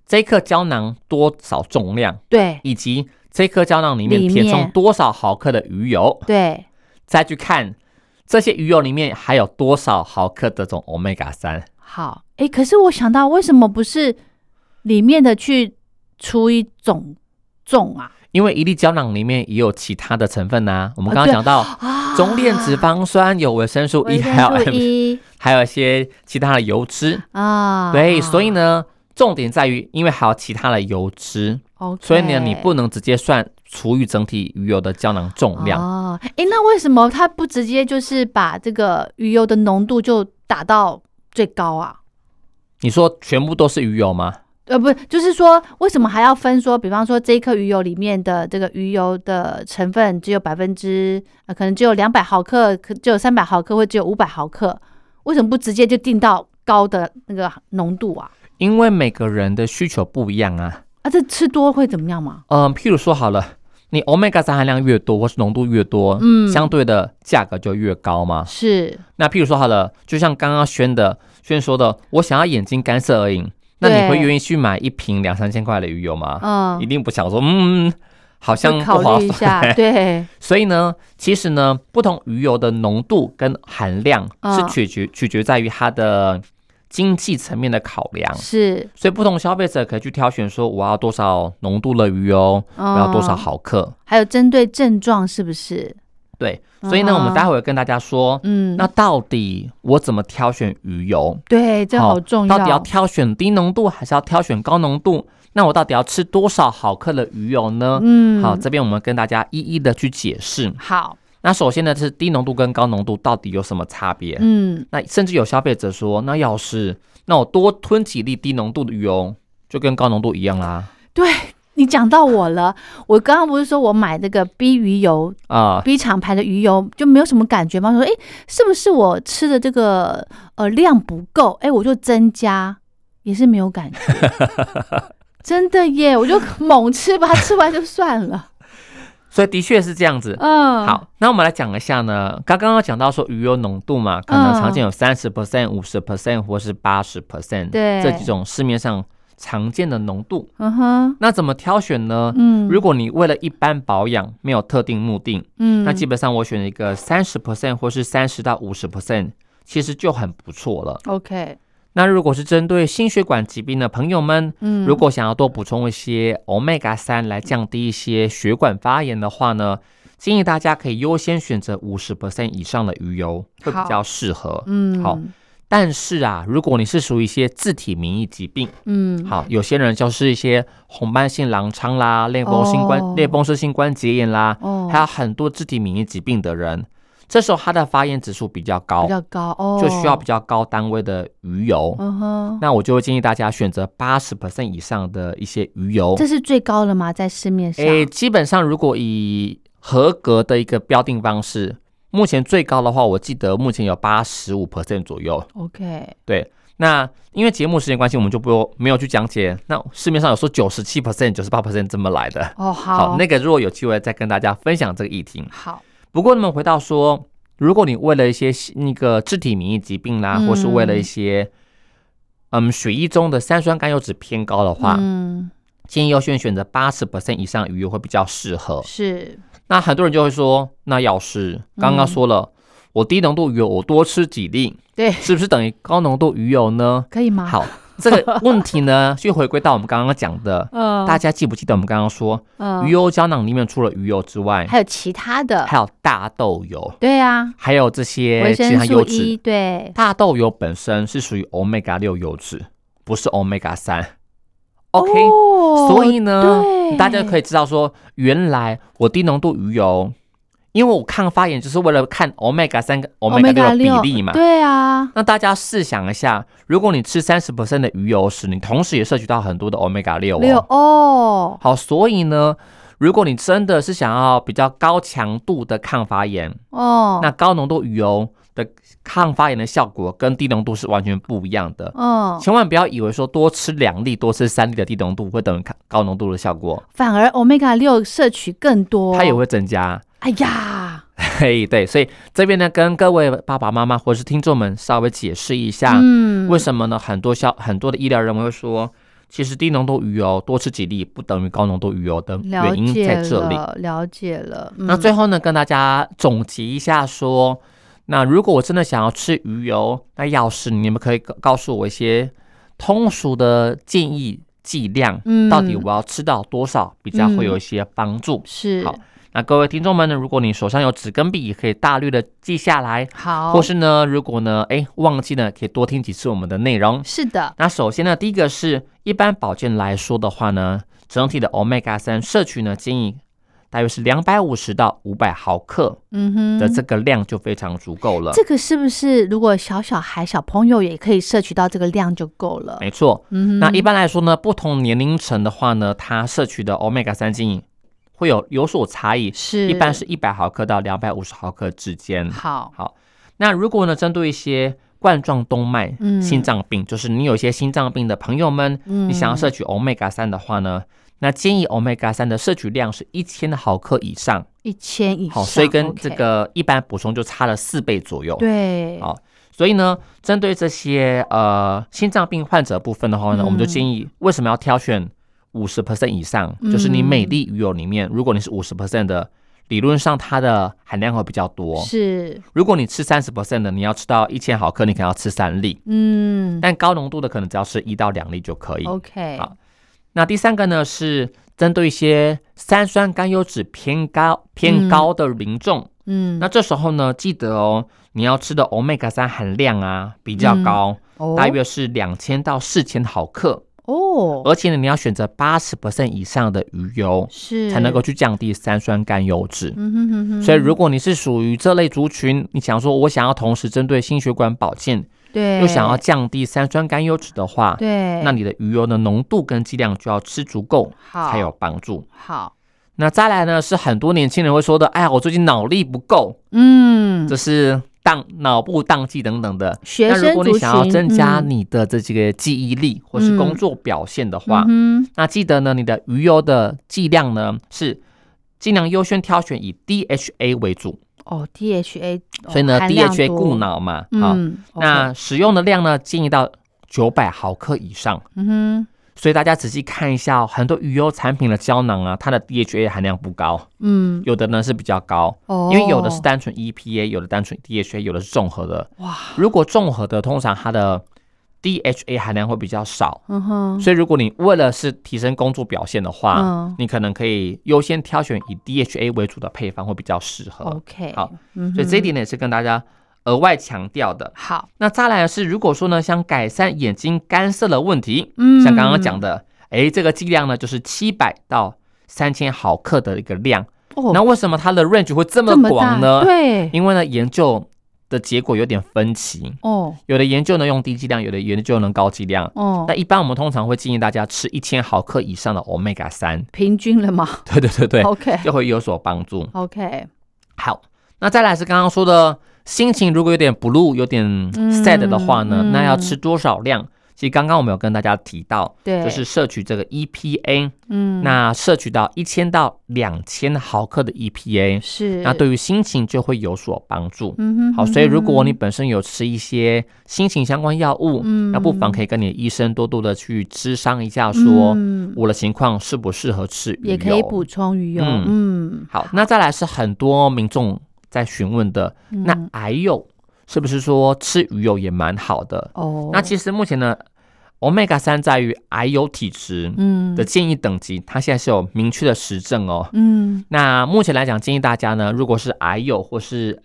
C: 这一颗胶囊多少重量。
B: 对
C: 以及这颗胶囊里面
B: 里
C: 填充
B: 面
C: 多少毫克的鱼油，
B: 对，
C: 再去看这些鱼油里面还有多少毫克的这种 omega 三。
B: 好，诶，可是我想到为什么不是里面的去除以总重啊？
C: 因为一粒胶囊里面也有其他的成分呐、我们刚
B: 对
C: 刚讲到
B: 啊，
C: 中链脂肪酸有维生素 E，
B: 维生
C: 还有
B: 素
C: M，
B: E
C: *laughs* 还有一些其他的油脂。
B: 啊，
C: 对，所以呢，重点在于，因为还有其他的油脂，
B: OK，
C: 所以呢，你不能直接算除以整体鱼油的胶囊重量。
B: 哦，哎，那为什么它不直接就是把这个鱼油的浓度就打到最高啊？
C: 你说全部都是鱼油吗？
B: 呃，不，就是说，为什么还要分说？比方说，这一颗鱼油里面的这个鱼油的成分只有百分之，呃，可能只有两百毫克，可只有三百毫克，或只有五百毫克，为什么不直接就定到高的那个浓度啊？
C: 因为每个人的需求不一样啊。
B: 啊，这吃多会怎么样吗？
C: 嗯，譬如说好了，你 omega 三含量越多，或是浓度越多，嗯，相对的价格就越高嘛。
B: 是，
C: 那譬如说好了，就像刚刚轩的轩说的，我想要眼睛干涩而已，那你
B: 对
C: 会愿意去买一瓶两三千块的鱼油吗？
B: 嗯
C: 一，定不想说，嗯，好像
B: 就
C: 哦不
B: 考
C: 划
B: 虑一
C: 算。
B: 下，
C: *laughs*
B: 对，
C: 所以呢，其实呢，不同鱼油的浓度跟含量
B: 嗯
C: 是取决、取决在于它的经济层面的考量。
B: 是，
C: 所以不同消费者可以去挑选，说我要多少浓度的鱼哦，我要多少
B: 嗯，
C: 毫克。
B: 还有针对症状是不是？
C: 对，所以呢，我们待会儿跟大家说，
B: 嗯，
C: 那到底我怎么挑选鱼油？
B: 对，这
C: 好
B: 好重
C: 到底要
B: 要。
C: 挑选低浓度还是要挑选高浓度？那我到底要吃多少毫克的鱼油呢？
B: 嗯，
C: 好，这边我们跟大家一一的去解释。
B: 好，
C: 那首先呢，是低浓度跟高浓度到底有什么差别？
B: 嗯，
C: 那甚至有消费者说，那要是那我多吞几粒低浓度的鱼油，就跟高浓度一样啦。
B: 对你讲到我了，我刚刚不是说我买那个 B 鱼油
C: 啊、
B: B 厂牌的鱼油就没有什么感觉吗？说，哎，是不是我吃的这个呃量不够？哎，我就增加，也是没有感
C: *laughs*
B: 觉。真的耶，我就猛吃，把它吃完就算
C: *laughs*
B: 了。
C: 所以的确是这样子。
B: 嗯，，
C: 好，那我们来讲一下呢，刚刚有讲到说鱼油浓度嘛，可能常见
B: 嗯
C: 有三十 percent、五十 percent 或是八十 percent，
B: 对
C: 这几种市面上常见的浓度，
B: 嗯哼，
C: 那怎么挑选呢？
B: 嗯，
C: 如果你为了一般保养没有特定目的，
B: 嗯，
C: 那基本上我选一个三十 percent 或是三十到五十 percent，其实就很不错了。
B: OK，
C: 那如果是针对心血管疾病的朋友们，
B: 嗯，
C: 如果想要多补充一些 omega 三来降低一些血管发炎的话呢，建议大家可以优先选择五十 percent 以上的鱼油，会比
B: 好
C: 较适合。
B: 嗯
C: 好，但是啊，如果你是属于一些自体免疫疾病，
B: 嗯，
C: 好，有些人就是一些红斑性狼疮啦、类风性关、
B: 哦
C: 类风湿性关节炎啦，
B: 哦，
C: 还有很多自体免疫疾病的人，这时候他的发炎指数比较高
B: 比，较高哦，
C: 就需要比较高单位的鱼油。
B: 嗯哼，
C: 那我就会建议大家选择八十 percent 以上的一些鱼油。
B: 这是最高了吗？在市面上？
C: 哦诶，基本上如果以合格的一个标定方式，目前最高的话，我记得目前有八十五 percent 左右。
B: OK，
C: 对，那因为节目时间关系，我们就不没有去讲解。那市面上有说九十七 percent、九十八 percent 这么来的。
B: 哦，
C: 好，
B: 好，
C: 那个如果有机会再跟大家分享这个议题。
B: 好，
C: 不过，那么回到说，如果你为了一些那个肢体免疫疾病啦，
B: 嗯
C: 或是为了一些嗯血液中的三酸甘油酯偏高的话，
B: 嗯，
C: 建议优先选择八十 percent 以上鱼油会比较适合。
B: 是，
C: 那很多人就会说，那要是
B: 嗯
C: 刚刚说了，我低浓度鱼油我多吃几粒，
B: 对，啊
C: 是不是等于高浓度鱼油呢？
B: 可以吗？，
C: 好，这个问题呢，就回归到我们刚刚讲的，
B: *laughs* 嗯，
C: 大家记不记得我们刚刚说，
B: 嗯
C: 鱼油胶囊里面除了鱼油之外，
B: 还有其他的，
C: 还有大豆油。
B: 对啊，
C: 还有这
B: 维
C: 些其
B: 生
C: 他
B: 素
C: 油
B: E，
C: 脂。
B: 对，
C: 大豆油本身是属于 omega 六油脂，不是 omega 三。OK，、
B: 哦
C: 所以呢，
B: 对
C: 大家可以知道说，原来我低浓度鱼油，因为我抗发炎就是为了看 omega 三跟 omega 六的比例嘛。
B: 对啊，
C: 那大家试想一下，如果你吃三十的鱼油时，你同时也摄取到很多的 omega 六
B: 六
C: 哦。
B: 哦，
C: 好，所以呢，如果你真的是想要比较高强度的抗发炎，
B: 哦，
C: 那高浓度鱼油的抗发炎的效果跟低浓度是完全不一样的。
B: 嗯，
C: 千万不要以为说多吃两粒、多吃三粒的低浓度会等于高浓度的效果，
B: 反而 omega 六摄取更多，
C: 它也，会增加。 *laughs*
B: 哎呀，
C: 嘿，对，所以这边呢，跟各位爸爸妈妈或是听众们稍微解释一下，
B: 嗯，
C: 为什么呢？很多消很多的医疗人员会说，其实低浓度鱼油多吃几粒不等于高浓度鱼油的
B: 了嗯
C: 原因
B: 解
C: 在这里。
B: 了，了解了，
C: 那
B: 嗯
C: 最后呢，跟大家总结一下说，那如果我真的想要吃鱼油，那要是你们可以告告诉我一些通俗的建议剂量，
B: 嗯
C: 到底我要吃到多少比较会有一些帮助。
B: 是
C: 好那各位听众们呢，如果你手上有纸跟笔，也可以大略的记下来，
B: 好，
C: 或是呢，如果呢，哎忘记呢，可以多听几次我们的内容。
B: 是的，
C: 那首先呢，第一个是一般保健来说的话呢，整体的 omega 三摄取呢，建议大约是两百五十到五百毫克
B: 嗯哼，
C: 的这个量就非常足够了。
B: 这个是不是如果小小孩、小朋友也可以摄取到这个量就够了？
C: 没错，
B: 嗯哼，
C: 那一般来说呢，不同年龄层的话呢，它摄取的 omega 三建议会有有所差异，
B: 是
C: 一般是一百毫克到两百五十毫克之间。
B: 好，
C: 那如果呢，针对一些冠状动脉、
B: 嗯
C: 心脏病，就是你有一些心脏病的朋友们，
B: 嗯
C: 你想要摄取 omega 三的话呢，那建议 omega 三的摄取量是一千毫克以上，
B: 一千以上，
C: 好，所以跟
B: OK
C: 这个一般补充就差了四倍左右。
B: 对，
C: 好所以呢，针对这些呃心脏病患者部分的话呢，
B: 嗯
C: 我们就建议为什么要
B: 嗯
C: 挑选五十 percent 以上，就是你每粒鱼油里面，如果你是五十 percent 的理论上它的含量会比较多。
B: 是，
C: 如果你吃三十 percent 的，你要吃到一千毫克，你可能要吃三粒，
B: 嗯
C: 但高浓度的可能只要吃一到两粒就可以。
B: 哦，OK，
C: 好那第三个呢是针对一些三酸甘油脂偏高偏高的民众，
B: 嗯，
C: 那这时候呢，记得哦，你要吃的 omega 三含量啊比较高，
B: 哦
C: 大约是两千到四千毫克，
B: 哦，
C: 而且呢，你要选择八十 percent 以上的鱼油，
B: 是
C: 才能够，去降低三酸甘油脂。
B: 嗯哼哼哼，
C: 所以，如果你是属于这类族群，你想说我想要同时针对心血管保健，
B: 对，
C: 又想要降低三酸甘油脂的话，
B: 对，
C: 那你的鱼油的浓度跟剂量就要吃足够，
B: 好
C: 才有帮助。
B: 好，
C: 那再来呢，是很多年轻人会说的，哎呀，我最近脑力不够，
B: 嗯，
C: 这是宕脑部宕记等等的。
B: 学
C: 那
B: 生
C: 如果
B: 族群
C: 你想要增加
B: 嗯
C: 你的这几个记忆力或是工作表现的话，
B: 嗯哼
C: 那记得呢，你的鱼油的剂量呢是尽量优先挑选以 DHA 为主，
B: 哦，DHA，哦
C: 所以呢
B: 含量
C: ，DHA
B: 多
C: 固脑嘛，好，
B: 嗯，
C: 那
B: OK，
C: 使用的量呢建议到九百毫克以上。
B: 嗯哼，
C: 所以大家仔细看一下、哦，很多鱼油产品的胶囊啊，它的 DHA 含量不高，
B: 嗯，
C: 有的呢是比较高，
B: 哦，
C: 因为有的是单纯 EPA，有的单纯 DHA，有的是综合的。
B: 哇，
C: 如果综合的，通常它的 DHA 含量会比较少，
B: 嗯哼，
C: 所以如果你为了是提升工作表现的话，
B: 嗯
C: 你可能可以优先挑选以 DHA 为主的配方会比较适合。
B: OK，
C: 好，
B: 嗯
C: 所以
B: 哼
C: 这一点呢也是跟大家额外强调的。
B: 好，
C: 那再来是，如果说呢想改善眼睛干涩的问题，
B: 嗯
C: 像刚刚讲的，诶，这个剂量呢就是七百到三千毫克的一个量。
B: 哦，
C: 那为什么它的 range 会这么
B: 这么
C: 广
B: 大
C: 呢？
B: 对，
C: 因为呢，研究的结果有点分歧，
B: 哦
C: 有的研究呢用低剂量，有的研究呢高剂量。
B: 哦
C: 那，一般我们通常会建议大家吃一千毫克以上的 omega 三， *laughs*
B: 平均了嘛
C: 对对对对，
B: ，OK
C: 就会有所帮助。
B: OK，
C: 好，那再来是刚刚说的心情，如果有点 blue、有点 sad 的话呢，
B: 嗯
C: 那要吃多少量？其实刚刚我们有跟大家提到，
B: 对，
C: 就是摄取这个 E EPA，、
B: 嗯，
C: 那摄取到一千到两千毫克的 EPA，
B: 是
C: 那对于心情就会有所帮助。
B: 嗯哼，
C: 好，所以如果你本身有吃一些心情相关药物，
B: 嗯
C: 那不妨可以跟你的医生多多的去咨商一下，说
B: 嗯
C: 我的情况适不适合吃鱼油。
B: 也可以补充鱼油，嗯，
C: 好，那再来是很多民众在询问的，
B: 嗯
C: 那癌友是不是说吃鱼油也蛮好的？
B: 哦，
C: 那其实目前呢，omega 三在于癌友体质
B: 嗯
C: 的建议等级，它现在是有明确的实证哦。
B: 嗯
C: 那目前来讲，建议大家呢，如果是癌友或是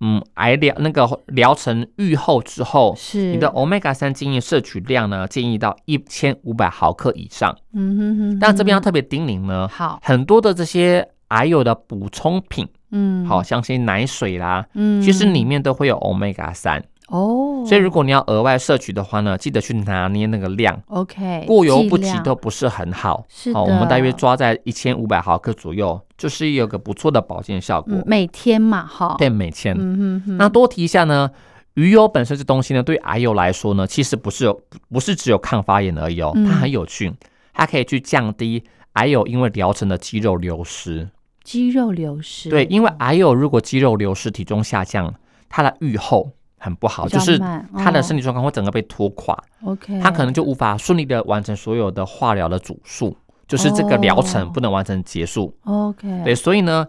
C: 嗯癌疗那个疗程愈后之后，
B: 是
C: 你的 omega 三建议摄取量呢，建议到一千五百毫克以上。
B: 嗯哼哼，
C: 但这边要特别叮咛呢，
B: 好，
C: 很多的这些癌友的补充品，
B: 嗯
C: 好像些奶水啦，
B: 嗯，
C: 其实里面都会有 omega 三，
B: 哦，
C: 所以如果你要额外摄取的话呢，记得去拿捏那个量。
B: OK
C: 过犹不
B: 剂
C: 及
B: 量
C: 都不是很好，
B: 是
C: 好，我们
B: 的
C: 大约抓在一千五百毫克左右，就是有个不错的保健效果
B: 嗯。每天嘛哈，，
C: 对，每千。
B: 嗯哼哼，
C: 那多提一下呢，鱼油本身这东西呢，对癌友来说呢，其实不是有不不是只有抗发炎而已哦，
B: 嗯
C: 它很有趣，它可以去降低癌友因为疗程的肌肉流失。
B: 肌肉流失，
C: 对，，因为癌友如果肌肉流失、体重下降，它的愈后很不好，
B: 比较
C: 就是
B: 慢
C: 他的
B: 哦
C: 身体状况会整个被拖垮，
B: OK，
C: 他可能就无法顺利的完成所有的化疗的主诉，就是这个疗程
B: 哦
C: 不能完成结束。
B: OK，
C: 对，所以呢，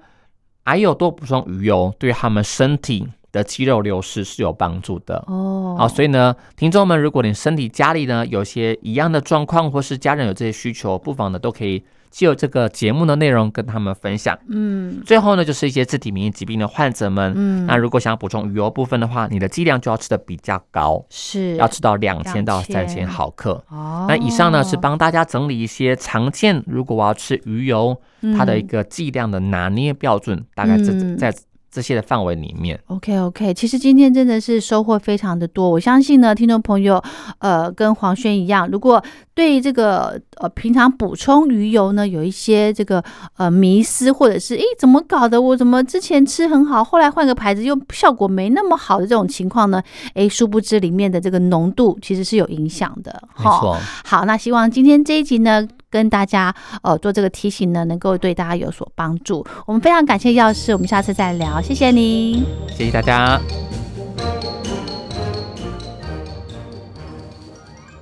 C: 还有多补充鱼油，对他们身体的肌肉流失是有帮助的。
B: 哦，
C: 好，所以呢，听众们，如果你身体家里呢有些一样的状况，或是家人有这些需求，不妨呢都可以借由这个节目的内容跟他们分享。
B: 嗯
C: 最后呢，就是一些自体免疫疾病的患者们，
B: 嗯，
C: 那如果想要补充鱼油部分的话，你的剂量就要吃的比较高，
B: 是
C: 要吃到两千到三
B: 2000
C: 千毫克。
B: 哦，
C: 那以上呢是帮大家整理一些常见，如果我要吃鱼油，它的一
B: 嗯
C: 个剂量的拿捏标准，大概这
B: 嗯
C: 在这些的范围里面。
B: OK OK，其实今天真的是收获非常的多。我相信呢，听众朋友，呃，跟黄轩一样，如果对这个呃平常补充鱼油呢有一些这个呃迷思，或者是诶怎么搞的，我怎么之前吃很好，后来换个牌子又效果没那么好的这种情况呢？诶，殊不知里面的这个浓度其实是有影响的。
C: 没
B: 哈
C: 错，
B: 好，那希望今天这一集呢，跟大家呃做这个提醒呢，能够对大家有所帮助。我们非常感谢药师，我们下次再聊，谢谢您。
C: 谢谢大家。